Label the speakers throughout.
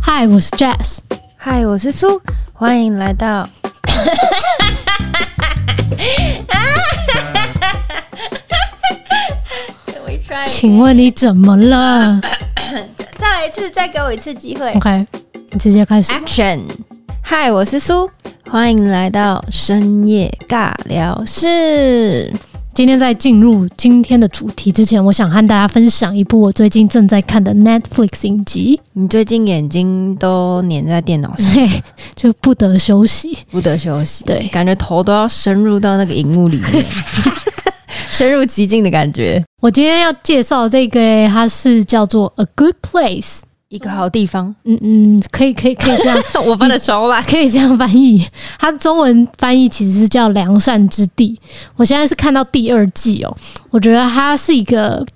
Speaker 1: 嗨，我是 Jazz。
Speaker 2: 嗨，我是苏，欢迎来 到。我 try，
Speaker 1: 请问你怎么了
Speaker 2: 再来一次，再给我一次机会。
Speaker 1: ？OK，你直接开始。
Speaker 2: Action！嗨，我是苏，欢迎来到深夜尬聊室。
Speaker 1: 今天在进入今天的主题之前，我想和大家分享一部我最近正在看的 Netflix 影集，
Speaker 2: 你最近眼睛都粘在电脑上，
Speaker 1: 嘿，就不得休息。
Speaker 2: 不得休息，
Speaker 1: 对
Speaker 2: 感觉头都要深入到那个荧幕里 面，深入其境的感觉。
Speaker 1: 我今天要介绍这个，它是叫做《A Good Place》。
Speaker 2: 一个好地方，
Speaker 1: 嗯嗯，可以可以可以这样，
Speaker 2: 我翻的熟啦。
Speaker 1: 可以这样翻译。它中文翻译其实是叫“良善之地”。我现在是看到第二季哦，我觉得它是一个嘖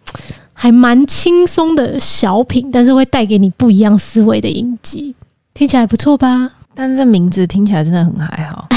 Speaker 1: 还蛮轻松的小品，但是会带给你不一样思维的影集，听起来不错吧？
Speaker 2: 但是这名字听起来真的很还好。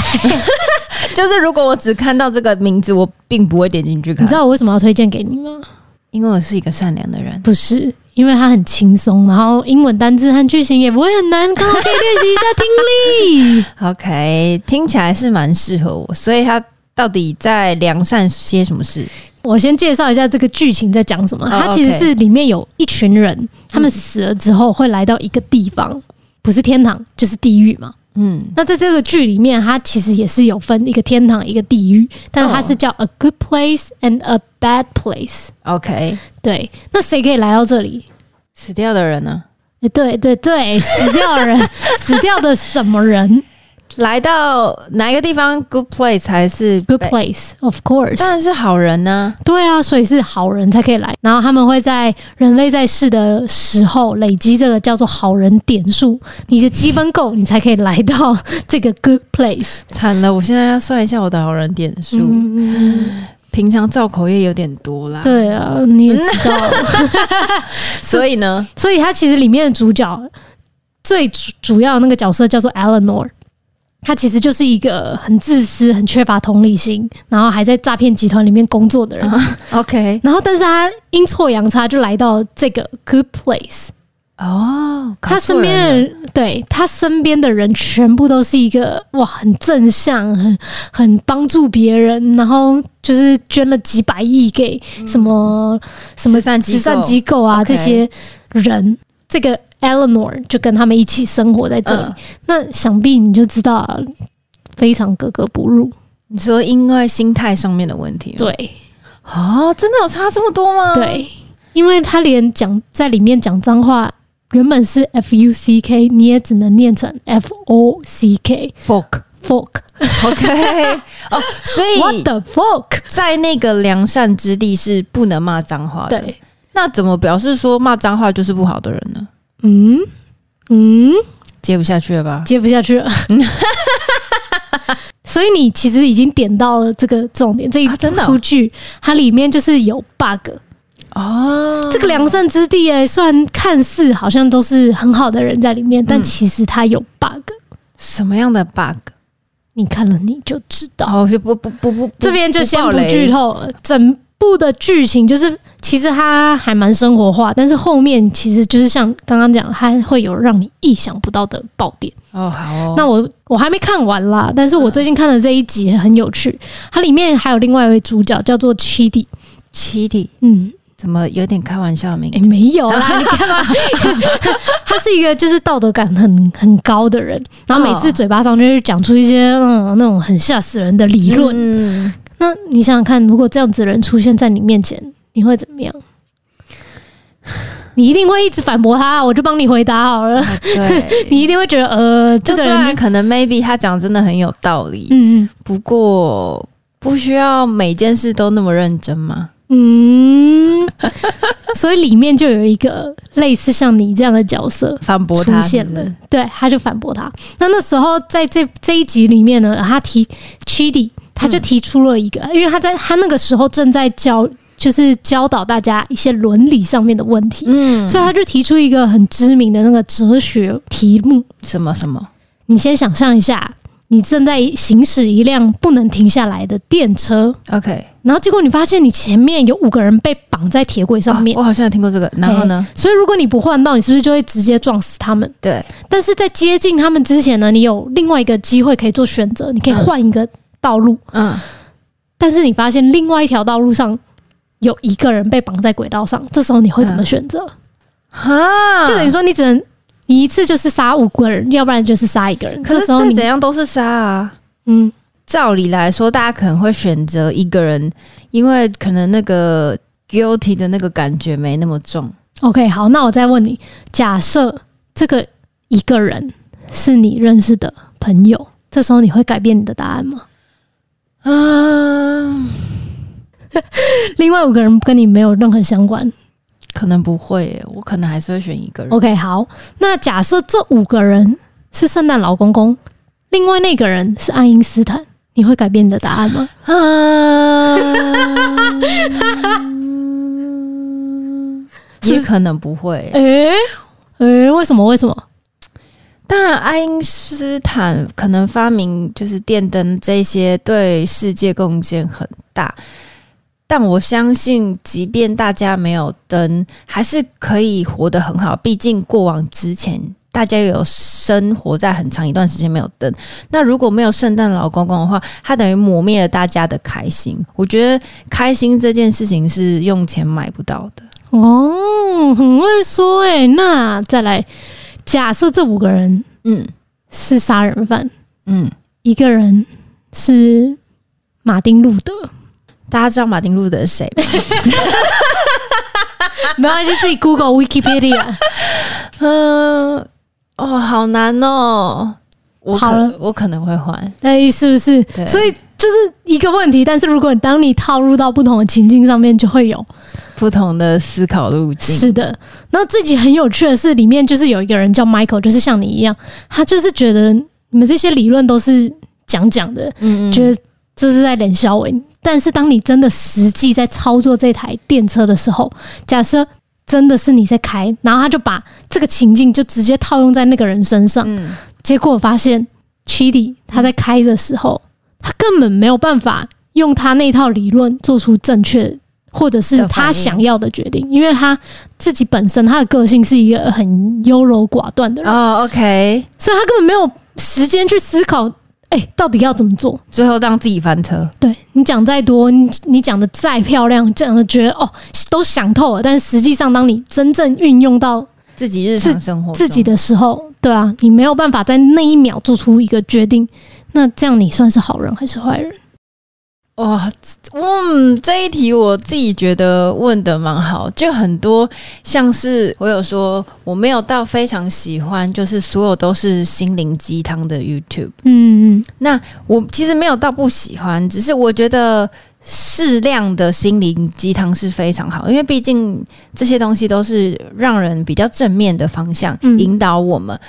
Speaker 2: 就是如果我只看到这个名字，我并不会点进去看。
Speaker 1: 你知，道我为什么要推荐给你吗？
Speaker 2: 因为我是一个善良的人。
Speaker 1: 不是。因为它很轻松，然后英文单字和句型也不会很难，刚好可以练习一下听力。
Speaker 2: OK，听起来是蛮适合我，所以他到底在良善些什么事？
Speaker 1: 我先介绍一下这个剧情在讲什么。
Speaker 2: 哦
Speaker 1: 它其实是里面有一群人，他们死了之后会来到一个地方，不是天堂就是地狱嘛。
Speaker 2: 嗯，
Speaker 1: 那在这个剧里面，它其实也是有分一个天堂一个地狱，但是它是叫 a good place and a bad place。
Speaker 2: OK，
Speaker 1: 对，那谁可以来到这里？
Speaker 2: 死掉的人呢？
Speaker 1: 诶对对对，死掉的人，死掉的什么人
Speaker 2: 来到哪一个地方？Good place 还是
Speaker 1: ？Good
Speaker 2: bad-
Speaker 1: place，of course。
Speaker 2: 当然是好人呢、
Speaker 1: 对啊，所以是好人才可以来。然后他们会在人类在世的时候累积这个叫做好人点数，你的积分够，你才可以来到这个 good place。
Speaker 2: 惨了，我现在要算一下我的好人点数，
Speaker 1: 嗯，
Speaker 2: 平常造口业有点多啦。，
Speaker 1: 对啊，你也知道。
Speaker 2: 所以呢，
Speaker 1: 所以他其实里面的主角最主主要的那个角色叫做 Eleanor。他其实就是一个很自私、很缺乏同理心，然后还在诈骗集团里面工作的人。
Speaker 2: OK，
Speaker 1: 然后，但是他阴错阳差就来到这个 good place，
Speaker 2: 哦，
Speaker 1: 他
Speaker 2: 搞错
Speaker 1: 身边的
Speaker 2: 人了
Speaker 1: 人，对他身边的人全部都是一个哇，很正向，很很帮助别人，然后就是捐了几百亿给什么、什么
Speaker 2: 嗯慈善机构
Speaker 1: 慈善机构啊这
Speaker 2: OK
Speaker 1: 些人。这个 Eleanor 就跟他们一起生活在这里，
Speaker 2: 嗯
Speaker 1: 那想必你就知道啊非常格格不入。
Speaker 2: 你说因为心态上面的问题，，
Speaker 1: 对、
Speaker 2: 哦，真的有差这么多吗？，
Speaker 1: 对，因为他连讲在里面讲脏话。原本是 F U C K，你也只能念成 F O C K。
Speaker 2: ，fuck，OK，、
Speaker 1: fork。
Speaker 2: 哦，所
Speaker 1: What
Speaker 2: 以
Speaker 1: the fork？
Speaker 2: 在那个良善之地是不能骂脏话的，
Speaker 1: 对，
Speaker 2: 那怎么表示说骂脏话就是不好的人呢？
Speaker 1: 嗯嗯，
Speaker 2: 接不下去了吧？
Speaker 1: 接不下去了。 所以你其实已经点到了这个重点，这一
Speaker 2: 啊真的哦嗯
Speaker 1: 出剧、它里面就是有 bug。
Speaker 2: 哦，
Speaker 1: 这个良善之地、欸，虽然看似好像都是很好的人在里面，
Speaker 2: 嗯
Speaker 1: 但其实它有 bug。
Speaker 2: 什么样的 bug？
Speaker 1: 你看了你就知道。
Speaker 2: 哦，就不不不不，不
Speaker 1: 这边就先
Speaker 2: 爆
Speaker 1: 不
Speaker 2: 雷
Speaker 1: 剧透了。整部的剧情就是，其实它还蛮生活化，但是后面其实就是像刚刚讲，它会有让你意想不到的爆点。
Speaker 2: 哦，好哦，嗯
Speaker 1: 那我我还没看完啦，但是我最近看的这一集很有趣，它里面还有另外一位主角叫做 Chidi，
Speaker 2: 七弟
Speaker 1: 嗯，
Speaker 2: 怎么有点开玩笑的名
Speaker 1: 诶
Speaker 2: 字？
Speaker 1: 没有哎 啦，你干嘛？他是一个就是道德感很很高的人，然后每次
Speaker 2: 哦
Speaker 1: 嘴巴上就是讲出一些嗯那种很吓死人的理论，
Speaker 2: 嗯，
Speaker 1: 那你想想看，如果这样子的人出现在你面前，你会怎么样？你一定会一直反驳他，我就帮你回答好了。
Speaker 2: 哦 对，
Speaker 1: 你一定会觉得，呃，这
Speaker 2: 就
Speaker 1: 个
Speaker 2: 虽然
Speaker 1: 人，
Speaker 2: 可能 maybe 他讲真的很有道理，
Speaker 1: 嗯
Speaker 2: 不过不需要每件事都那么认真嘛。
Speaker 1: 嗯，所以里面就有一个类似像你这样的角色
Speaker 2: 反驳
Speaker 1: 出
Speaker 2: 他
Speaker 1: 现
Speaker 2: 是不
Speaker 1: 了，
Speaker 2: 是
Speaker 1: 对，他就反驳他。那那时候在这这一集里面呢，他提 Chidi，他就提出了一
Speaker 2: 嗯
Speaker 1: 个，因为他在他那个时候正在教，就是教导大家一些伦理上面的问题，
Speaker 2: 嗯，
Speaker 1: 所以他就提出一个很知名的那个哲学题目。
Speaker 2: 什么什么
Speaker 1: 你先想象一下，你正在行驶一辆不能停下来的电车，
Speaker 2: ？OK，
Speaker 1: 然后结果你发现你前面有五个人被绑在铁轨上
Speaker 2: 哦
Speaker 1: 面。
Speaker 2: 我好像有听过这个。然后呢？嗯
Speaker 1: 所以，如果你不换道，你是不是就会直接撞死他们？
Speaker 2: 对，
Speaker 1: 但是在接近他们之前呢，你有另外一个机会可以做选择，你可以换一个道路，
Speaker 2: 嗯，
Speaker 1: 但是你发现另外一条道路上有一个人被绑在轨道上，这时候你会怎么选择？
Speaker 2: 嗯啊，
Speaker 1: 就等于说你只能你一次就是杀五个人，要不然就是杀一个人。
Speaker 2: 可
Speaker 1: 这
Speaker 2: 是
Speaker 1: 时候
Speaker 2: 再
Speaker 1: 你
Speaker 2: 怎样都是杀啊。
Speaker 1: 嗯，
Speaker 2: 照理来说，大家可能会选择一个人，因为可能那个 guilty 的那个感觉没那么重。
Speaker 1: OK，好，那我再问你，假设这个一个人是你认识的朋友，这时候你会改变你的答案吗？啊
Speaker 2: 嗯，
Speaker 1: 另外五个人跟你没有任何相关。
Speaker 2: 可能不会耶，我可能还是会选一个人。
Speaker 1: OK，好，那假设这五个人是圣诞老公公，另外那个人是爱因斯坦，你会改变你的答案 吗？
Speaker 2: 啊，
Speaker 1: 是不
Speaker 2: 也
Speaker 1: 是
Speaker 2: 可能不会。
Speaker 1: 诶、诶、为什么？为什么？
Speaker 2: 当然，爱因斯坦可能发明就是电灯这些，对世界贡献很大。但我相信，即便大家没有灯，还是可以活得很好。毕竟过往之前，大家有生活在很长一段时间没有灯。那如果没有圣诞老公公的话，他等于磨灭了大家的开心。我觉得开心这件事情是用钱买不到的。
Speaker 1: 哦，很会说诶、那再来，假设这五个人
Speaker 2: 嗯
Speaker 1: 是杀人犯，
Speaker 2: 嗯，
Speaker 1: 一个人是马丁路德，
Speaker 2: 大家知道马丁路德是谁吗？
Speaker 1: 没关系，自己 Google Wikipedia。
Speaker 2: 嗯，哦，好难哦。我
Speaker 1: 好了
Speaker 2: 可我可能会换，
Speaker 1: 哎，是不是？
Speaker 2: 对
Speaker 1: 所以就是一个问题，但是如果你当你套入到不同的情境上面，就会有
Speaker 2: 不同的思考路径。
Speaker 1: 是的。那自己很有趣的是，里面就是有一个人叫 Michael，就是像你一样，他就是觉得你们这些理论都是讲讲的，
Speaker 2: 嗯，嗯
Speaker 1: 觉得这是在冷笑话。但是当你真的实际在操作这台电车的时候，假设真的是你在开，然后他就把这个情境就直接套用在那个人身上，
Speaker 2: 嗯，
Speaker 1: 结果发现 Chidi 他在开的时候，他根本没有办法用他那套理论做出正确或者是
Speaker 2: 的反应
Speaker 1: 他想要的决定，因为他自己本身他的个性是一个很优柔寡断的人，
Speaker 2: 哦，OK，
Speaker 1: 所以他根本没有时间去思考，哎、到底要怎么做。
Speaker 2: 最后让自己翻车。
Speaker 1: 对你讲再多，你你讲的再漂亮，讲的觉得哦都想透了，但是实际上当你真正运用到
Speaker 2: 自己日常生活中
Speaker 1: 自己的时候，对啊，你没有办法在那一秒做出一个决定，那这样你算是好人还是坏人？
Speaker 2: 哇，嗯，这一题我自己觉得问的蛮好，就很多像是我有说我没有到非常喜欢，就是所有都是心灵鸡汤的 YouTube。
Speaker 1: 嗯嗯
Speaker 2: 我其实没有到不喜欢，只是我觉得适量的心灵鸡汤是非常好，因为毕竟这些东西都是让人比较正面的方向
Speaker 1: 嗯
Speaker 2: 引导我们。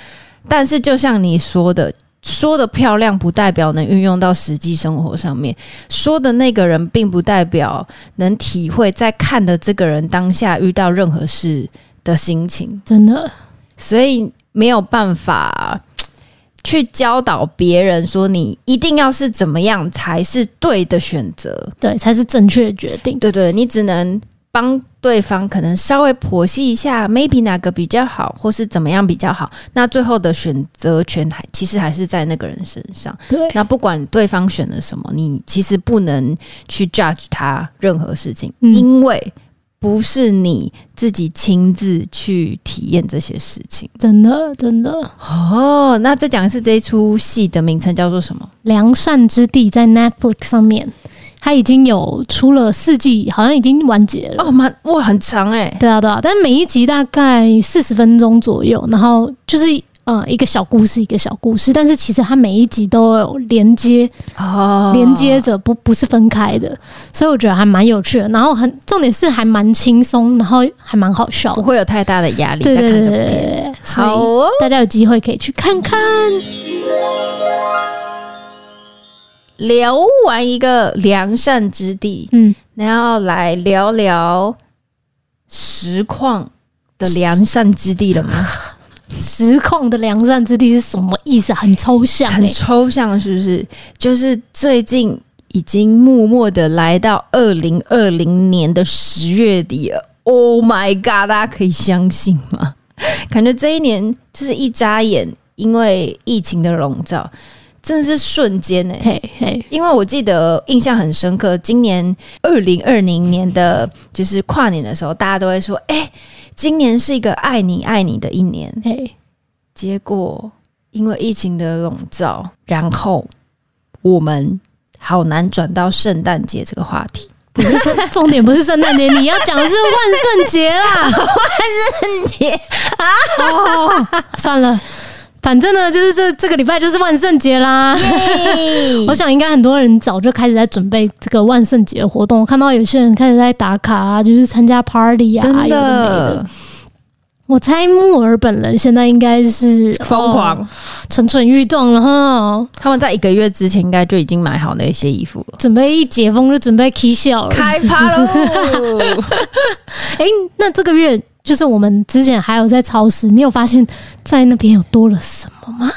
Speaker 2: 但是就像你说的。说的漂亮不代表能运用到实际生活上面，说的那个人并不代表能体会在看的这个人当下遇到任何事的心情。
Speaker 1: 真的，
Speaker 2: 所以没有办法去教导别人说你一定要是怎么样才是对的选择。
Speaker 1: 对，才是正确的决定。
Speaker 2: 对对，你只能帮对方可能稍微剖析一下，maybe 哪个比较好，或是怎么样比较好。那最后的选择权还其实还是在那个人身上。
Speaker 1: 对，
Speaker 2: 那不管对方选了什么，你其实不能去 judge 他任何事情，
Speaker 1: 嗯
Speaker 2: 因为不是你自己亲自去体验这些事情。
Speaker 1: 真的真的，
Speaker 2: 哦，那再讲一次这一出戏的名称叫做什么？
Speaker 1: 《良善之地》在 Netflix 上面，它已经有出了四季，好像已经完结了。
Speaker 2: 哦，蛮哇，很长哎、
Speaker 1: 对啊，对啊，但每一集大概四十分钟左右，然后就是呃一个小故事，一个小故事，但是其实它每一集都有连接
Speaker 2: 哦
Speaker 1: 连接着，不不是分开的，所以我觉得还蛮有趣的。然后很重点是还蛮轻松，然后还蛮好笑
Speaker 2: 不
Speaker 1: 的。
Speaker 2: 会有太大的压力。
Speaker 1: 对
Speaker 2: 在
Speaker 1: 对
Speaker 2: 看
Speaker 1: 对
Speaker 2: 这
Speaker 1: 对对对，
Speaker 2: 边，
Speaker 1: 所以
Speaker 2: 好哦，
Speaker 1: 大家有机会可以去看看。
Speaker 2: 聊完一个良善之地，
Speaker 1: 嗯，
Speaker 2: 然后来聊聊实况的良善之地了吗？
Speaker 1: 实况的良善之地是什么意思？很抽象、
Speaker 2: 很
Speaker 1: 欸，
Speaker 2: 抽象，是不是？就是最近已经默默的来到二零二零年的十月底了。Oh my god！大家可以相信吗？ 感觉这一年就是一眨眼，因为疫情的笼罩，真的是瞬间哎、
Speaker 1: 嘿嘿，
Speaker 2: 因为我记得印象很深刻，今年二零二零年的就是跨年的时候，大家都会说：“哎、今年是一个爱你爱你的一年。
Speaker 1: 嘿，”
Speaker 2: 结果因为疫情的笼罩，然后我们好难转到圣诞节这个话题。
Speaker 1: 不是圣，重点不是圣诞节，你要讲的是万圣节 啦。
Speaker 2: 啊
Speaker 1: 哦，算了，反正呢，就是这这个礼拜就是万圣节啦。 我想应该很多人早就开始在准备这个万圣节活动，我看到有些人开始在打卡啊，就是参加 party 啊，
Speaker 2: 真
Speaker 1: 有的没的
Speaker 2: 的。
Speaker 1: 我猜墨尔本人现在应该是
Speaker 2: 疯狂
Speaker 1: 哦蠢蠢欲动了哈，
Speaker 2: 他们在一个月之前应该就已经买好那些衣 服了，
Speaker 1: 准备一解封就准备 k 笑了。
Speaker 2: 开趴 喽！
Speaker 1: 哎、那这个月就是我们之前还有在超市，你有发现在那边有多了什么吗？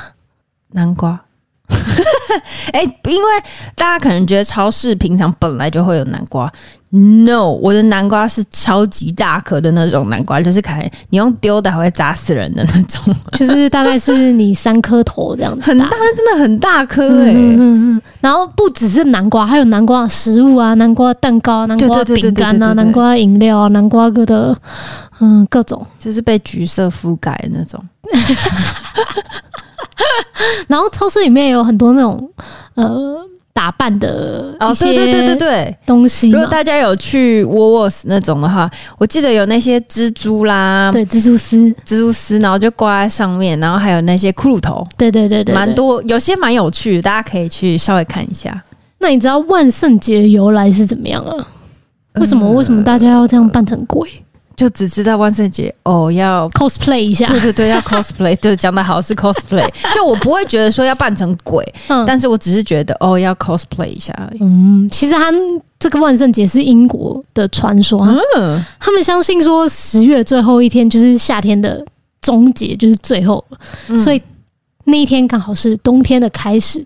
Speaker 2: 南瓜。 哎、因为大家可能觉得超市平常本来就会有南瓜，no，我的南瓜是超级大颗的那种南瓜，就是可能你用丢的还会砸死人的那种，
Speaker 1: 就是大概是你三颗头这样子，
Speaker 2: 很大，。真的很大颗哎、
Speaker 1: 嗯嗯嗯，然后不只是南瓜，还有南瓜的食物啊，南瓜蛋糕啊，南瓜
Speaker 2: 对对对对
Speaker 1: 饼干啊，
Speaker 2: 对对对对
Speaker 1: 南瓜饮料啊，南瓜各的，嗯，各种。
Speaker 2: 就是被橘色覆盖的那种。
Speaker 1: 然后超市里面也有很多那种呃打扮的一
Speaker 2: 哦对对对对
Speaker 1: 些
Speaker 2: 对，
Speaker 1: 东西
Speaker 2: 如
Speaker 1: 嘛，
Speaker 2: 果大家有去沃沃斯那种的话，我记得有那些蜘蛛啦、
Speaker 1: 对蜘蛛丝，
Speaker 2: 蜘蛛丝，然后就挂在上面，然后还有那些骷髅头，
Speaker 1: 对对对对对，
Speaker 2: 蛮。多，有些蛮有趣的，大家可以去稍微看一下。
Speaker 1: 那你知道万圣节的由来是怎么样啊？为什么、为什么大家要这样扮成鬼
Speaker 2: 嗯就只知道万圣节 哦，要
Speaker 1: cosplay 一下？
Speaker 2: 对 对对，要 cosplay，对，讲的好是 cosplay，就我不会觉得说要扮成鬼，
Speaker 1: 嗯
Speaker 2: 但是我只是觉得哦，要 cosplay 一下而已。
Speaker 1: 嗯，其实他这个万圣节是英国的传说，
Speaker 2: 嗯，
Speaker 1: 他们相信说十月最后一天就是夏天的终结，就是最后了，
Speaker 2: 嗯
Speaker 1: 所以那一天刚好是冬天的开始，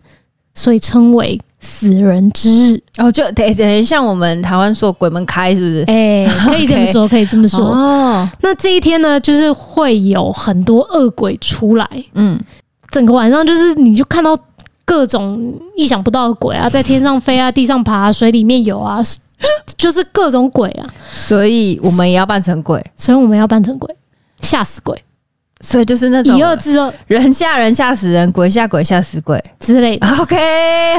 Speaker 1: 所以称为死人之日。
Speaker 2: 哦，就等等于像我们台湾说鬼门开是不是？
Speaker 1: 哎、可以这么 说，可以这么说。
Speaker 2: 嗯哦，
Speaker 1: 那这一天呢，就是会有很多恶鬼出来，
Speaker 2: 嗯，
Speaker 1: 整个晚上就是你就看到各种意想不到的鬼啊，在天上飞啊，地上爬、啊，水里面游啊， 就是各种鬼啊，
Speaker 2: 所以我们也要扮成鬼，
Speaker 1: 所以我们要扮成鬼，吓死鬼，
Speaker 2: 所以就是那种
Speaker 1: 以恶制恶
Speaker 2: 人吓人吓死人，鬼吓鬼吓死鬼。
Speaker 1: 之类
Speaker 2: 啊
Speaker 1: 的，
Speaker 2: OK，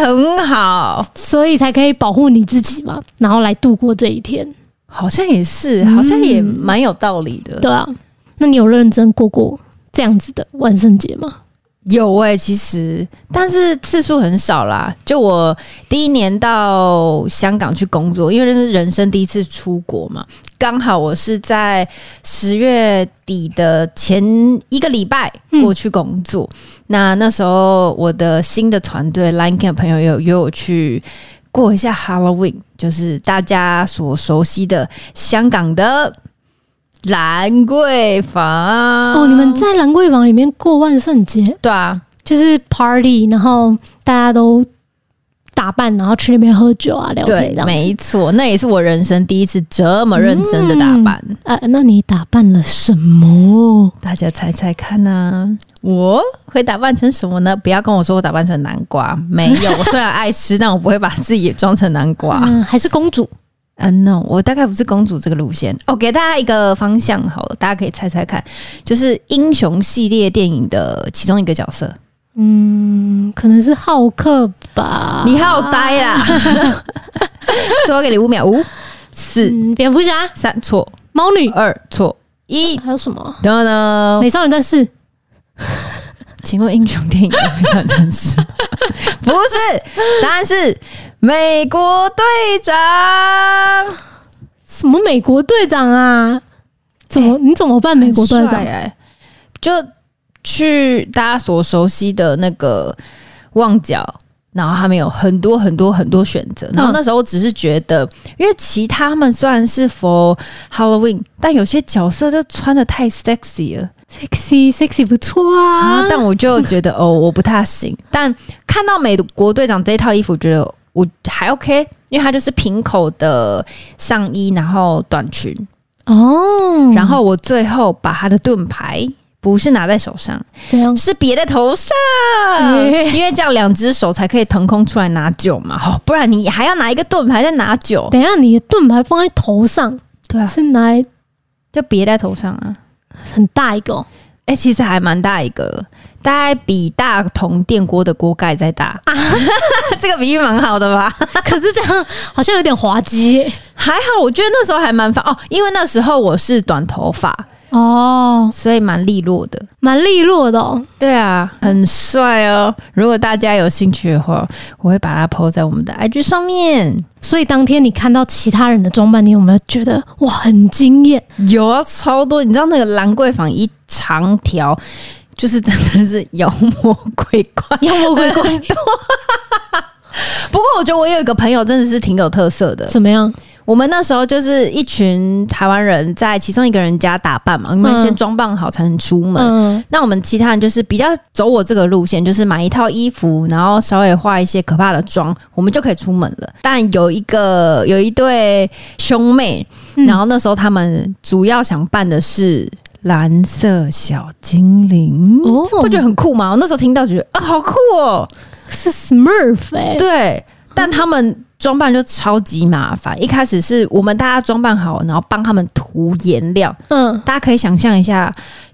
Speaker 2: 很好，
Speaker 1: 所以才可以保护你自己嘛，然后来度过这一天。
Speaker 2: 好像也是，好像也蛮有道理的。
Speaker 1: 对啊，那你有认真过过这样子的万圣节吗？
Speaker 2: 有诶、其实，但是次数很少啦。就我第一年到香港去工作，因为那是人生第一次出国嘛，刚好我是在十月底的前一个礼拜
Speaker 1: 嗯
Speaker 2: 过去工作。那那时候我的新的团队 Line Camp 朋友有约我去过一下 Halloween，就是大家所熟悉的香港的兰桂坊。呃
Speaker 1: 哦，你们在兰桂坊里面过万圣节，
Speaker 2: 对啊。
Speaker 1: 就是 party，然后大家都打扮，然后去那边喝酒啊、聊天
Speaker 2: 对
Speaker 1: 这，样子。
Speaker 2: 没错，那也是我人生第一次这么认真的打扮。
Speaker 1: 啊，那你打扮了什么？
Speaker 2: 大家猜猜看呢、我会打扮成什么呢？不要跟我说我打扮成南瓜，没 有。我虽然爱吃，但我不会把自己也装成南瓜。
Speaker 1: 嗯，还是公主？
Speaker 2: 嗯、n o 我大概不是公主这个路线。哦，给大家一个方向好了，大家可以猜猜看，就是英雄系列电影的其中一个角色。
Speaker 1: 嗯，可能是好客吧。
Speaker 2: 你好 呆啦！最后给你五秒，五、四、
Speaker 1: 嗯，蝙蝠侠、
Speaker 2: 三，错；
Speaker 1: 猫女，
Speaker 2: 二，错；一，
Speaker 1: 还有什么？
Speaker 2: 等等。
Speaker 1: 美少女战士，
Speaker 2: 请问英雄电影有没有 战士？不是，答案是美国队长。
Speaker 1: 啊什么美国队长啊？怎么？你怎么办美国队
Speaker 2: 哎很
Speaker 1: 长？
Speaker 2: 帅欸就去大家所熟悉的那个旺角，然后他们有很多很多很多选
Speaker 1: 嗯
Speaker 2: 择。然后那时候我只是觉得，因为其他们虽然是 for Halloween，但有些角色就穿的太 sexy 了。
Speaker 1: sexy sexy 不错啊
Speaker 2: 啊，，但我就觉得哦，我不太行。但看到美国队长这一套衣服，觉得我还 OK，因为它就是平口的上衣，然后短裙。
Speaker 1: 哦，
Speaker 2: 然后我最后把他的盾牌不是拿在手上，
Speaker 1: 这样
Speaker 2: 是别在头上，
Speaker 1: 哎
Speaker 2: 因为这样两只手才可以腾空出来拿酒嘛，哦，不然你还要拿一个盾牌再拿酒，
Speaker 1: 等一下你的盾牌放在头上，
Speaker 2: 对啊，
Speaker 1: 是拿来
Speaker 2: 就别在头上啊。
Speaker 1: 很大一个 哦、
Speaker 2: 哎、其实还蛮大一个，大概比大同电锅的锅盖再 大啊，这个比喻蛮好的吧？
Speaker 1: 可是这样好像有点滑稽耶、
Speaker 2: 还好，我觉得那时候还蛮烦哦，因为那时候我是短头发，
Speaker 1: 哦，
Speaker 2: 所以蛮利落的。
Speaker 1: 蛮利落的、哦。
Speaker 2: 对啊，很帅哦！如果大家有兴趣的话，我会把它 PO 在我们的 IG 上面。
Speaker 1: 所以当天你看到其他人的装扮，你有没有觉得哇很惊艳？
Speaker 2: 有啊，超多！你知道那个兰桂坊一长条，就是真的是 妖魔鬼怪。
Speaker 1: 妖魔鬼 怪
Speaker 2: 不过我觉得我有一个朋友真的是挺有特色的。
Speaker 1: 怎么样？
Speaker 2: 我们那时候就是一群台湾人在其中一个人家打扮嘛，因为先装扮好才能出门。
Speaker 1: 嗯，
Speaker 2: 那我们其他人就是比较走我这个路线，就是买一套衣服，然后稍微化一些可怕的妆，我们就可以出门了。但有一个有一对兄妹，
Speaker 1: 嗯
Speaker 2: 然后那时候他们主要想扮的是蓝色小精灵。
Speaker 1: 哦，
Speaker 2: 不觉得很酷吗？我那时候听到觉得啊，好酷哦！
Speaker 1: 是 Smurf 哎、
Speaker 2: 对，但他们装扮就超级麻烦。一开始是我们大家装扮好，然后帮他们涂颜料，
Speaker 1: 嗯，
Speaker 2: 大家可以想象一下，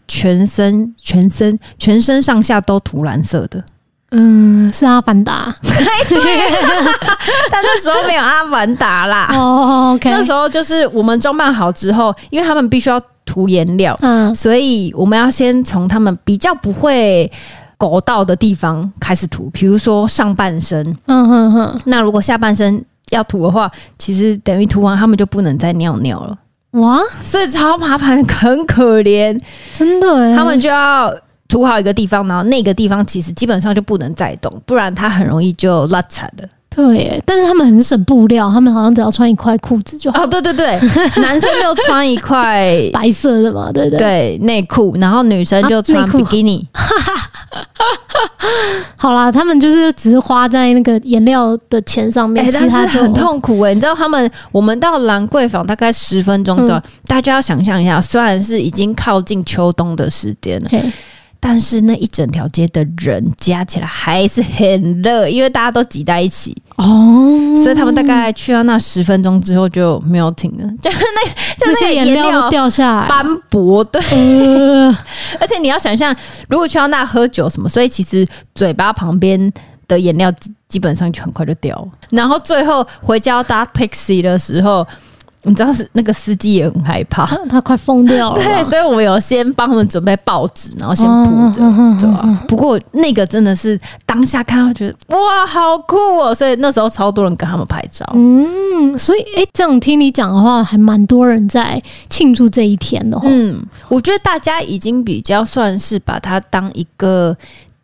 Speaker 2: 全身、全身、全身上下都涂蓝色的。
Speaker 1: 嗯，是阿凡达。
Speaker 2: 但那时候没有阿凡达 啦，
Speaker 1: 哦，OK，
Speaker 2: 那时候就是我们装扮好之后，因为他们必须要涂颜料，
Speaker 1: 嗯，
Speaker 2: 所以我们要先从他们比较不会。狗到的地方开始涂，比如说上半身。
Speaker 1: 嗯哼哼，
Speaker 2: 那如果下半身要涂的话，其实等于涂完他们就不能再尿尿了，
Speaker 1: 哇，
Speaker 2: 所以超麻烦，很可怜。
Speaker 1: 真的哎、
Speaker 2: 他们就要涂好一个地方，然后那个地方其实基本上就不能再动，不然它很容易就拉惨的。
Speaker 1: 对耶、但是他们很省布料，他们好像只要穿一块裤子就好，
Speaker 2: 哦，对对 对，男生就穿一块
Speaker 1: 白色的嘛，对不对？，
Speaker 2: 对内裤，然后女生就穿
Speaker 1: 啊内裤
Speaker 2: 比基尼。
Speaker 1: 好啦，他们就是只是花在那个颜料的钱上面，
Speaker 2: 哎、
Speaker 1: 其
Speaker 2: 但
Speaker 1: 他
Speaker 2: 是
Speaker 1: 就
Speaker 2: 很。痛苦哎、你知道他们，我们到兰桂坊大概十分钟之后，大家要想象一下，虽然是已经靠近秋冬的时间了，
Speaker 1: 嘿
Speaker 2: 但是那一整条街的人加起来还是很热，因为大家都挤在一起。
Speaker 1: 哦，
Speaker 2: 所以他们大概去到那十分钟之后就没有停了，就是那
Speaker 1: 嗯那
Speaker 2: 就那个
Speaker 1: 些
Speaker 2: 颜
Speaker 1: 颜料都掉下来，
Speaker 2: 斑驳，对。
Speaker 1: 呃
Speaker 2: 而且你要想象，如果去到那喝酒什么，所以其实嘴巴旁边的颜料基基本上就很快就掉了。然后最后回家要搭 taxi 的时候，你知道是那个司机也很害 怕，
Speaker 1: 他快疯掉了吧，
Speaker 2: 对，所以我们有先帮他们准备报纸，然后先铺
Speaker 1: 嗯
Speaker 2: 着。
Speaker 1: 嗯嗯
Speaker 2: 对啊，不过那个真的是当下看到觉得哇，好酷哦！所以那时候超多人跟他们拍照。
Speaker 1: 嗯，所以诶，这样听你讲的话，还蛮多人在庆祝这一天的哦。
Speaker 2: 嗯，我觉得大家已经比较算是把它当一个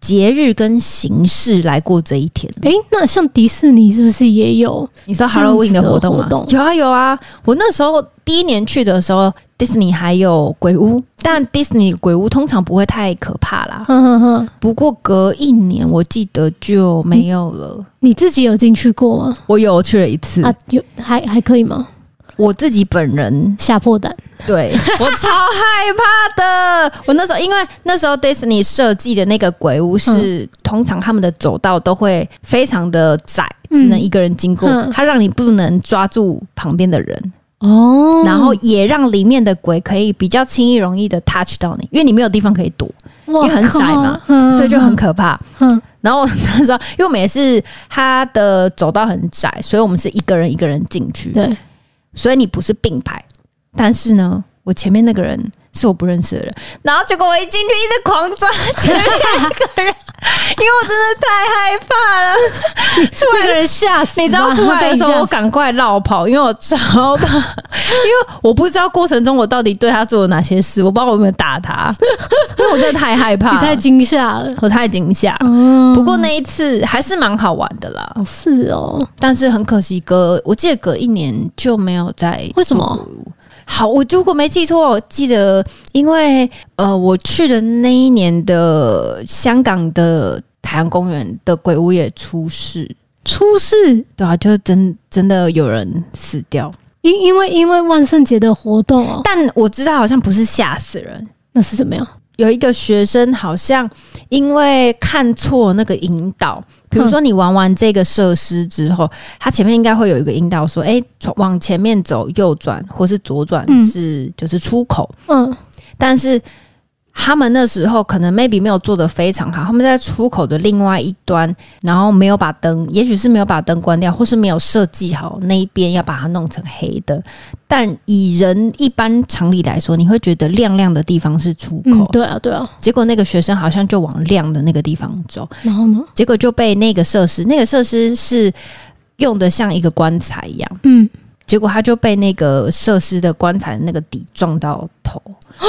Speaker 2: 节日跟形式来过这一天了。
Speaker 1: 诶，那像迪士尼是不是也有？
Speaker 2: 你知道
Speaker 1: 这样子
Speaker 2: Halloween 的
Speaker 1: 的
Speaker 2: 活动吗
Speaker 1: 活？动
Speaker 2: 有啊有啊！我那时候第一年去的时候，迪士尼还有鬼屋，但迪士尼鬼屋通常不会太可怕啦。
Speaker 1: 哼哼哼，
Speaker 2: 不过隔一年我记得就没有了。
Speaker 1: 你自己有进去过吗？
Speaker 2: 我有去了一次，
Speaker 1: 啊，有还还可以吗？
Speaker 2: 我自己本人
Speaker 1: 吓破胆，
Speaker 2: 对我超害怕的。我那时候因为那时候 Disney 设计的那个鬼屋是、通常他们的走道都会非常的窄，
Speaker 1: 嗯
Speaker 2: 只能一个人经过，
Speaker 1: 嗯
Speaker 2: 它让你不能抓住旁边的人，
Speaker 1: 哦
Speaker 2: 然后也让里面的鬼可以比较轻易容易的 touch 到你，因为你没有地方可以躲，
Speaker 1: 因
Speaker 2: 因为很窄嘛所以就很可怕。
Speaker 1: 嗯
Speaker 2: 然后我那时候，因为我们也是它的走道很窄，所以我们是一个人一个人进去。
Speaker 1: 对，
Speaker 2: 所以你不是并排。但是呢，我前面那个人是我不认识的人，然后结果我一进去一直狂抓前面那个人，因为我真的太害怕了。 出
Speaker 1: 那个
Speaker 2: 来，
Speaker 1: 人吓 死吧，
Speaker 2: 你知道出来的时
Speaker 1: 被
Speaker 2: 候，
Speaker 1: 吓
Speaker 2: 我
Speaker 1: 死
Speaker 2: 赶快绕跑，因为我超怕， 因为我不知道过程中我到底对他做了哪些事，我不知道我有没有打他，因为我真的太害
Speaker 1: 你
Speaker 2: 怕
Speaker 1: 太
Speaker 2: 了，
Speaker 1: 惊吓了。
Speaker 2: 我太惊吓了。
Speaker 1: 嗯，
Speaker 2: 哦不过那一次还是蛮好玩的啦，
Speaker 1: 哦是哦，
Speaker 2: 但是很可惜隔我记得隔一年就没有再
Speaker 1: 为什么
Speaker 2: 做？好，我如果没记错，我记得因为呃，我去的那一年的香港的海洋公园的鬼屋也出事，
Speaker 1: 出事
Speaker 2: 对啊，就真真的有人死掉。
Speaker 1: 因因为因为万圣节的活动哦，
Speaker 2: 但我知道好像不是吓死人，
Speaker 1: 那是怎么样？
Speaker 2: 有一个学生好像因为看错那个引导，比如说你玩完这个设施之
Speaker 1: 嗯
Speaker 2: 后，它前面应该会有一个引导说，诶，从往前面走，右转或是左转
Speaker 1: 嗯
Speaker 2: 是、就是出口，
Speaker 1: 嗯，
Speaker 2: 但是。他们那时候可能 maybe 没有做得非常好，他们在出口的另外一端，然后没有把灯，也许是没有把灯关掉，或是没有设计好那一边要把它弄成黑的。但以人一般常理来说，你会觉得亮亮的地方是出口，
Speaker 1: 嗯，对啊，对啊。
Speaker 2: 结果那个学生好像就往亮的那个地方走，
Speaker 1: 然后呢？
Speaker 2: 结果就被那个设施，那个设施是用的像一个棺材一样，
Speaker 1: 嗯，
Speaker 2: 结果他就被那个设施的棺材的那个底撞到头，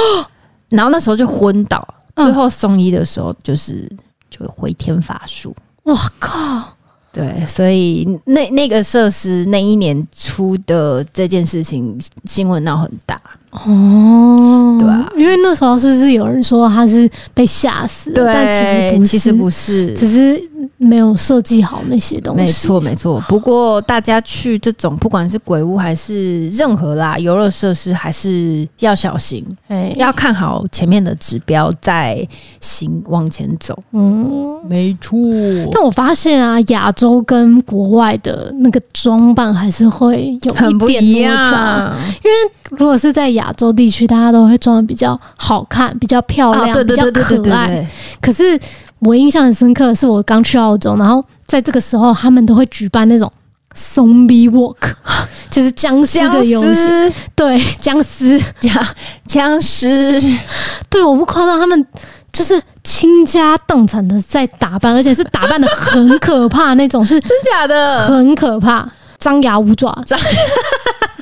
Speaker 2: 然后那时候就昏倒，
Speaker 1: 嗯
Speaker 2: 最后送医的时候就是就回天乏术。
Speaker 1: 我靠，
Speaker 2: 对，所以那那个设施那一年出的这件事情新闻闹很大，
Speaker 1: 哦，
Speaker 2: 对啊，
Speaker 1: 因为那时候是不是有人说他是被吓死了？但其实不
Speaker 2: 啊其实不是，
Speaker 1: 只是没有设计好那些东西。
Speaker 2: 没错，没错。不过大家去这种不管是鬼屋还是任何啦游乐设施，还是要小心，
Speaker 1: 哎，
Speaker 2: 要看好前面的指标再行往前走。
Speaker 1: 嗯。
Speaker 2: 没错，
Speaker 1: 但我发现啊，亚洲跟国外的那个装扮还是会有
Speaker 2: 很不
Speaker 1: 点
Speaker 2: 一
Speaker 1: 落差。
Speaker 2: 样。
Speaker 1: 如果是在亚洲地区，大家都会装的比较好看、比较漂亮、
Speaker 2: 哦啊对对对对对
Speaker 1: 比较
Speaker 2: 对
Speaker 1: 可爱。
Speaker 2: 对，
Speaker 1: 可是我印象很深刻，是我刚去澳洲，然后在这个时候，他们都会举办那种 zombie walk，就是 僵尸
Speaker 2: 僵
Speaker 1: 的游戏。
Speaker 2: 尸，
Speaker 1: 对，僵尸，
Speaker 2: 僵尸，
Speaker 1: 对，我不夸张，他们就是倾家荡产的在打扮，而且是打扮的很可怕那 种，是
Speaker 2: 真假的？
Speaker 1: 很可怕，张牙舞爪。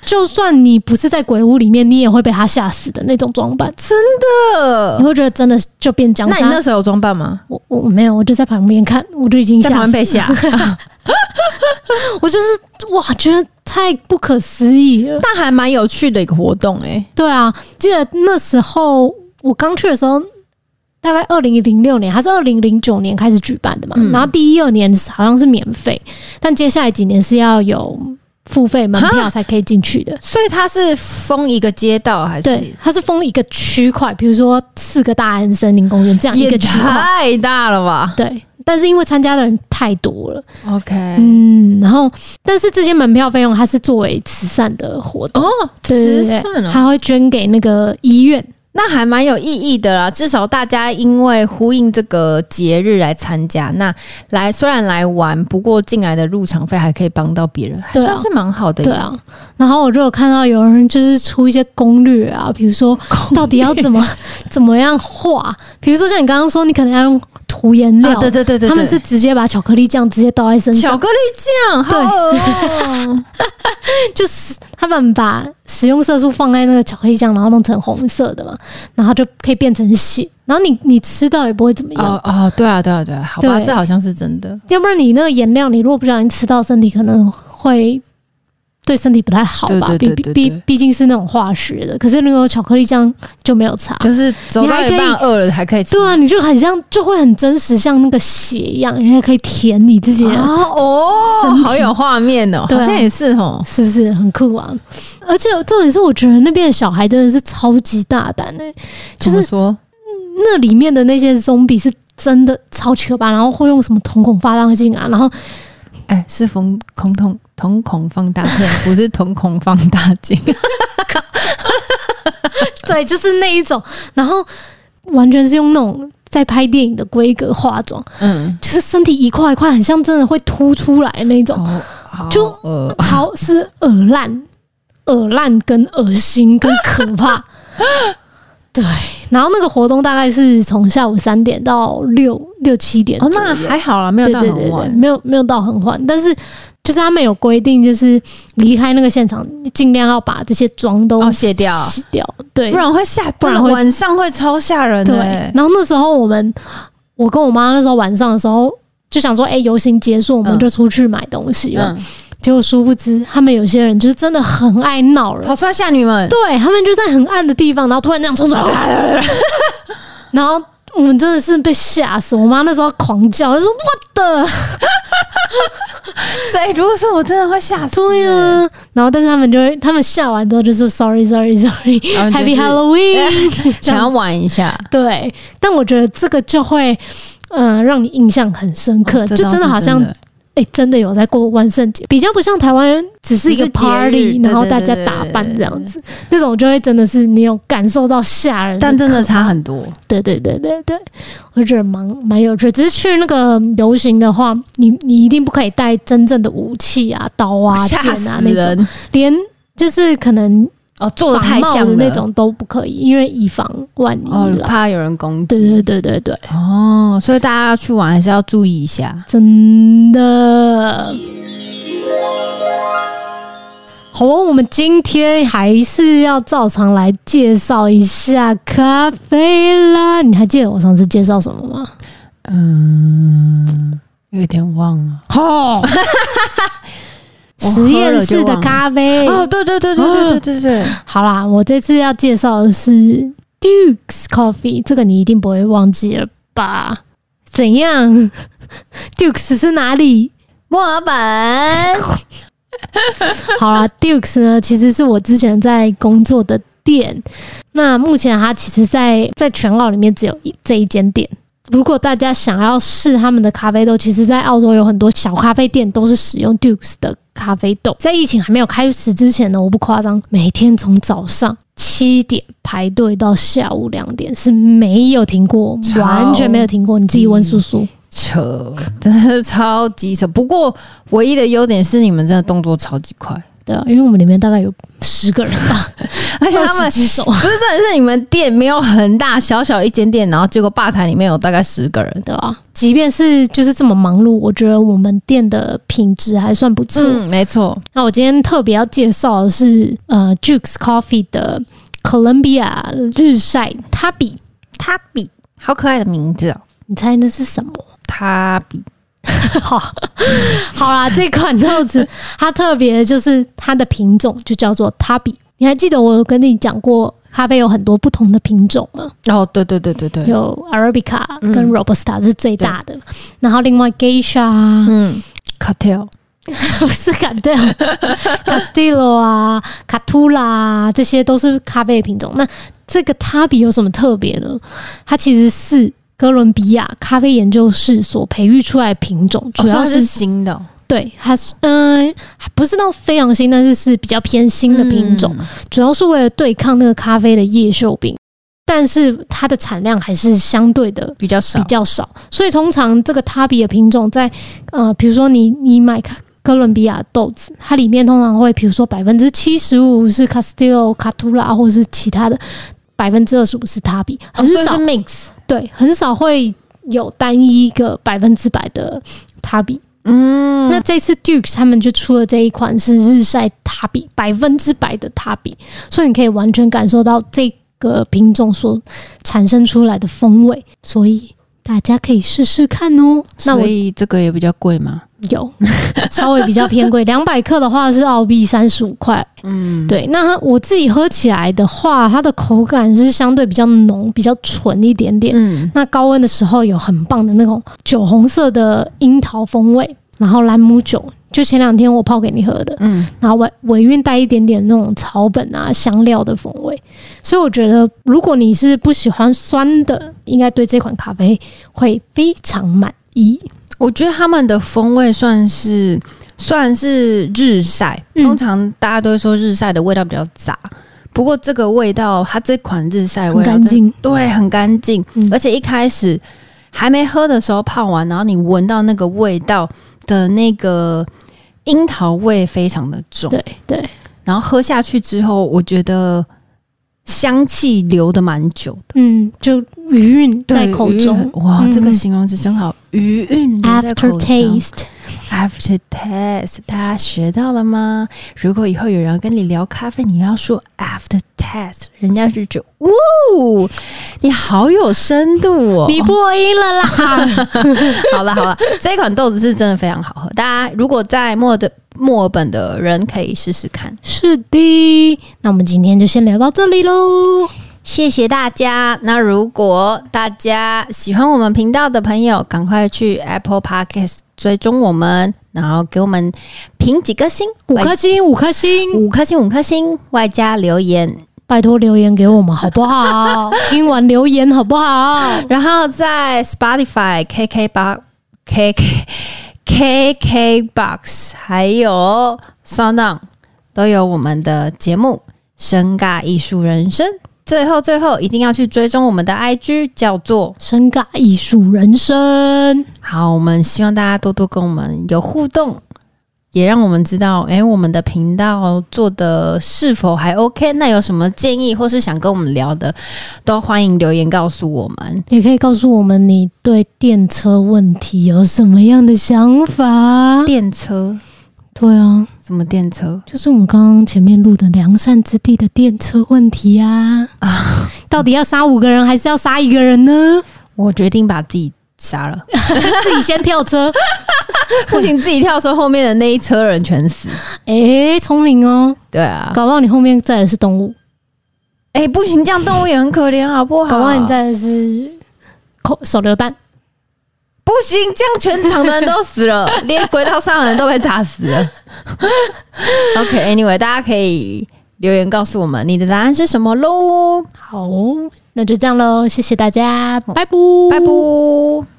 Speaker 1: 就算你不是在鬼屋里面，你也会被他吓死的那种装扮，你会觉得真的就变僵
Speaker 2: 嗯那
Speaker 1: 尸。
Speaker 2: 你那时候有装扮吗？
Speaker 1: 我我我没有，我就在旁边看，我就已经
Speaker 2: 在
Speaker 1: 吓
Speaker 2: 旁边
Speaker 1: 死
Speaker 2: 被吓，
Speaker 1: 我就是哇，觉得太不可思议了。
Speaker 2: 但还蛮有趣的一个活动哎。
Speaker 1: 对啊，记得那时候我刚去的时候，大概二零零六年还是二零零九年开始举办的嘛。
Speaker 2: 嗯
Speaker 1: 然后第一二年好像是免费，但接下来几年是要有付费门票才可以进去的。
Speaker 2: 所以它是封一个街道还
Speaker 1: 对
Speaker 2: 是？，
Speaker 1: 它是封一个区块，比如说四个大安森林公园这样一
Speaker 2: 也
Speaker 1: 个区块。
Speaker 2: 太大了吧
Speaker 1: 对，但是因为参加的人太多了，
Speaker 2: ？OK，
Speaker 1: 嗯，然后但是这些门票费用它是作为慈善的活动。
Speaker 2: 哦，
Speaker 1: 对对
Speaker 2: 慈善
Speaker 1: 嗯对，
Speaker 2: 哦，
Speaker 1: 他会捐给那个医院。
Speaker 2: 那还蛮有意义的啦。至少大家因为呼应这个节日来参加，那来虽然来玩，不过进来的入场费还可以帮到别人，还
Speaker 1: 对啊
Speaker 2: 算是蛮好的。
Speaker 1: 对，啊，然后我就有看到有人就是出一些攻略啊，比如说到底要 怎么怎么样画，比如说像你刚刚说，你可能要用涂颜料，
Speaker 2: 啊，对对对对对，
Speaker 1: 他们是直接把巧克力酱直接倒在身
Speaker 2: 巧
Speaker 1: 上，
Speaker 2: 克力酱，好
Speaker 1: 对
Speaker 2: 恶哦
Speaker 1: 就是他们把食用色素放在那个巧克力酱，然后弄成红色的嘛，然后就可以变成血，然后你你吃到也不会怎么样。
Speaker 2: 哦哦，对啊对啊对啊，好吧，
Speaker 1: 对啊
Speaker 2: 这好像是真的。
Speaker 1: 要不然你那个颜料，你如果不小心吃到身体，可能会对身体不太好吧？
Speaker 2: 对
Speaker 1: 毕
Speaker 2: 对
Speaker 1: 毕
Speaker 2: 对对
Speaker 1: 毕
Speaker 2: 对
Speaker 1: 毕竟是那种化学的，可是如果有巧克力酱就没有差。
Speaker 2: 就是走
Speaker 1: 你还
Speaker 2: 到
Speaker 1: 可以
Speaker 2: 一半饿了还可以吃，
Speaker 1: 对啊，你就很像，就会很真实，像那个血一样，人家可以舔你自己的，
Speaker 2: 哦
Speaker 1: 身
Speaker 2: 哦，
Speaker 1: 体
Speaker 2: 好有画面哦，
Speaker 1: 对啊
Speaker 2: 好像也是哦。
Speaker 1: 是不是很酷啊？而且重点是，我觉得那边的小孩真的是超级大胆诶、就
Speaker 2: 怎
Speaker 1: 是
Speaker 2: 么说
Speaker 1: 那里面的那些 zombie 是真的超级可怕，然后会用什么瞳孔发亮镜啊，然后
Speaker 2: 哎，是瞳孔瞳瞳孔放大片，不是瞳孔放大镜。
Speaker 1: 对，就是那一种，然后完全是用那种在拍电影的规格化妆，
Speaker 2: 嗯，
Speaker 1: 就是身体一块一块，很像真的会凸出来那种，
Speaker 2: 哦，好
Speaker 1: 就
Speaker 2: 呃，
Speaker 1: 超是耳烂、耳烂跟恶心 跟可怕。对，然后那个活动大概是从下午三点到六六七点
Speaker 2: 哦，
Speaker 1: 左
Speaker 2: 那
Speaker 1: 右
Speaker 2: 还好啦，没有
Speaker 1: 对
Speaker 2: 到
Speaker 1: 对对
Speaker 2: 很
Speaker 1: 对，
Speaker 2: 晚。
Speaker 1: 没有没有到很晚，但是就是他们有规定，就是离开那个现场，尽量要把这些妆都
Speaker 2: 哦卸掉
Speaker 1: 洗掉，对，
Speaker 2: 不然会吓，
Speaker 1: 不
Speaker 2: 不
Speaker 1: 然
Speaker 2: 然
Speaker 1: 会
Speaker 2: 晚上会超吓人的、
Speaker 1: 对，然后那时候我们，我跟我妈那时候晚上的时候就想说，哎、游行结束，我们
Speaker 2: 嗯
Speaker 1: 就出去买东西嘛。
Speaker 2: 嗯，
Speaker 1: 结果殊不知，他们有些人就是真的很爱闹人
Speaker 2: 跑，出来吓你们，
Speaker 1: 对他们就在很暗的地方，然后突然这样冲出来，然后我们真的是被吓死，我妈那时候狂叫，她说我的，
Speaker 2: 对，如果是我真的会吓死。
Speaker 1: 对啊，然后但是他们就会，他们吓完之后就说 sorry sorry sorry
Speaker 2: 然后就是
Speaker 1: happy Halloween，
Speaker 2: 想要玩一下，
Speaker 1: 对，但我觉得这个就会，呃，让你印象很深刻，
Speaker 2: 哦这
Speaker 1: 就
Speaker 2: 倒
Speaker 1: 真的
Speaker 2: 是
Speaker 1: 好像
Speaker 2: 真的
Speaker 1: 哎、真的有在过万圣节，比较不像台湾只是一个
Speaker 2: 只是节日
Speaker 1: party，
Speaker 2: 对
Speaker 1: 然后
Speaker 2: 对
Speaker 1: 大
Speaker 2: 对
Speaker 1: 家
Speaker 2: 对
Speaker 1: 打
Speaker 2: 对
Speaker 1: 扮
Speaker 2: 对
Speaker 1: 这样子，那种就会真的是你有感受到吓人，
Speaker 2: 但真的差很多。
Speaker 1: 对对对对对，我觉得蛮蛮有趣的。只是去那个游行的话，你你一定不可以带真正的武器啊、刀啊、剑
Speaker 2: 吓
Speaker 1: 啊
Speaker 2: 死
Speaker 1: 那种，
Speaker 2: 人！
Speaker 1: 连就是可能
Speaker 2: 哦，做的
Speaker 1: 仿
Speaker 2: 太
Speaker 1: 冒
Speaker 2: 像
Speaker 1: 的
Speaker 2: 了
Speaker 1: 那种都不可以，因为以防万
Speaker 2: 哦
Speaker 1: 一，啦。
Speaker 2: 怕有人攻
Speaker 1: 对
Speaker 2: 击
Speaker 1: 对对对对，
Speaker 2: 哦，所以大家要去玩还是要注意一下。
Speaker 1: 真的。好、哦，我们今天还是要照常来介绍一下咖啡啦。你还记得我上次介绍什么吗？
Speaker 2: 嗯，有点忘了。
Speaker 1: 哦，实验室的咖啡。
Speaker 2: 哦，对对对对对对对对，
Speaker 1: 好啦，我这次要介绍的是 Duke's Coffee，这个你一定不会忘记了吧？怎样 ？Duke's 是哪里？
Speaker 2: 墨尔本。
Speaker 1: 好啦，Duke's 呢，其实是我之前在工作的店。那目前它其实在，在全澳里面只有一这一间店。如果大家想要试他们的咖啡豆，其实，在澳洲有很多小咖啡店都是使用 Duke's 的咖啡豆。在疫情还没有开始之前呢，我不夸张，每天从早上七点排队到下午两点，是没有停过，
Speaker 2: 超
Speaker 1: 完全没有停过。你自己问叔叔，
Speaker 2: 扯，真的是超级扯。不过唯一的优点是你们真的动作超级快，
Speaker 1: 对啊，因为我们里面大概有十个人吧，
Speaker 2: 而且他
Speaker 1: 二十
Speaker 2: 们
Speaker 1: 几手。
Speaker 2: 不是重点是你们店没有很大，小小一间店，然后结果吧台里面有大概十个人。
Speaker 1: 对啊，即便是就是这么忙碌，我觉得我们店的品质还算不错。
Speaker 2: 嗯，没错，
Speaker 1: 那我今天特别要介绍的是呃 Jukes Coffee 的 Columbia 日晒 Tabi，
Speaker 2: 塔比，好可爱的名字哦，
Speaker 1: 你猜那是 什么？
Speaker 2: 塔比。
Speaker 1: 好，好啦，这款豆子它特别就是它的品种就叫做 Tabi。你还记得我有跟你讲过咖啡有很多不同的品种吗？
Speaker 2: 哦，对对对对对，
Speaker 1: 有 Arabica
Speaker 2: 嗯
Speaker 1: 跟 Robusta 是最大的，然后另外 Geisha 啊
Speaker 2: 嗯，cartel，
Speaker 1: 不是卡 掉 Castillo 啊、卡图拉啊，这些都是咖啡的品种。那这个塔比有什么特别呢？它其实是哥伦比亚咖啡研究室所培育出来的品种，主要
Speaker 2: 哦所以
Speaker 1: 是、
Speaker 2: 它新的哦
Speaker 1: 对它是嗯、不是到非常新，但是是比较偏新的品种，
Speaker 2: 嗯
Speaker 1: 主要是为了对抗那个咖啡的叶锈病。但是它的产量还是相对的
Speaker 2: 比较
Speaker 1: 比
Speaker 2: 少。
Speaker 1: 较少，所以通常这个塔比的品种在呃，比如说你你买哥哥伦比亚豆子，它里面通常会比如说百分之七十五是 Castillo、卡图拉或者是其他的，百分之二十五是塔比，
Speaker 2: 哦
Speaker 1: 很
Speaker 2: 所以
Speaker 1: 少、
Speaker 2: 是 mix，
Speaker 1: 对，很少会有单一一个百分之百的塔比。
Speaker 2: 嗯，
Speaker 1: 那这次 Duke 他们就出了这一款是日晒塔比，百分之百的塔比，所以你可以完全感受到这个品种所产生出来的风味，所以大家可以试试看哦。那
Speaker 2: 所
Speaker 1: 我
Speaker 2: 以这个也比较贵嘛。
Speaker 1: 有稍微比较偏 贵，两百克的话是澳币三十五块。
Speaker 2: 嗯，
Speaker 1: 对，那我自己喝起来的话，它的口感是相对比较浓、比较纯一点点。
Speaker 2: 嗯，
Speaker 1: 那高温的时候有很棒的那种酒红色的樱桃风味，然后兰姆酒，就前两天我泡给你喝的，
Speaker 2: 嗯，
Speaker 1: 然后尾尾韵带一点点那种草本啊香料的风味，所以我觉得如果你是不喜欢酸的，应该对这款咖啡会非常满意。
Speaker 2: 我觉得他们的风味算是算是日晒，
Speaker 1: 嗯
Speaker 2: 通常大家都会说日晒的味道比较杂，不过这个味道它这款日晒
Speaker 1: 很
Speaker 2: 味
Speaker 1: 干
Speaker 2: 道真的，
Speaker 1: 净，
Speaker 2: 对，很干净，
Speaker 1: 嗯
Speaker 2: 而且一开始还没喝的时候泡完，然后你闻到那个味道的那个樱桃味非常的重，
Speaker 1: 对对，
Speaker 2: 然后喝下去之后，我觉得香气留的蛮久的。
Speaker 1: 嗯，就余韵
Speaker 2: 对
Speaker 1: 在口
Speaker 2: 余韵
Speaker 1: 中
Speaker 2: 哇，
Speaker 1: 嗯
Speaker 2: 这个形容词真好，余韵留在
Speaker 1: ，after
Speaker 2: 口中。
Speaker 1: taste，
Speaker 2: After taste，大家学到了吗？如果以后有人跟你聊咖啡，你要说 after taste，人家就觉得，哇、哦，你好有深度哦！
Speaker 1: 你破音了啦！
Speaker 2: 好了好了，这一款豆子是真的非常好喝，大家如果在墨的墨尔本的人可以试试看。
Speaker 1: 是的，那我们今天就先聊到这里喽。
Speaker 2: 谢谢大家。那如果大家喜欢我们频道的朋友，赶快去 Apple Podcast 追踪我们，然后给我们评几颗星，
Speaker 1: 五
Speaker 2: 外
Speaker 1: 颗星，五颗星，
Speaker 2: 五颗星，五颗星，外加留言，
Speaker 1: 拜托留言给我们好不好？听完留言好不好？
Speaker 2: 然后在 Spotify、KK 八、KK、KK Box 还有 Sound On 都有我们的节目《深尬艺术人生》。最后，最后一定要去追踪我们的 IG，叫做
Speaker 1: 深尬艺术人生，
Speaker 2: 好。我们希望大家多多跟我们有互动，也让我们知道，诶，我们的频道做的是否还 OK？那有什么建议或是想跟我们聊的，都欢迎留言告诉我们。
Speaker 1: 也可以告诉我们你对电车问题有什么样的想法。
Speaker 2: 电车，
Speaker 1: 对啊，
Speaker 2: 什么电车？
Speaker 1: 就是我们刚刚前面录的良善之地的电车问题啊，到底要杀五个人还是要杀一个人 呢？
Speaker 2: 我决定把自己杀了，
Speaker 1: 自己先跳车，
Speaker 2: 不行，自己跳车，后面的那一车人全死。
Speaker 1: 诶，聪明哦，
Speaker 2: 对啊，
Speaker 1: 搞不好你后面载的是动物，
Speaker 2: 哎、不行，这样动物也很可怜，好不好？
Speaker 1: 搞不好你载的是口手榴弹。
Speaker 2: 不行，这样全场的人都死 了，连轨道上的人都被炸死了。OK，Anyway，、大家可以留言告诉我们你的答案是什么喽，
Speaker 1: 好，那就这样喽，谢谢大家，拜拜，
Speaker 2: 拜拜。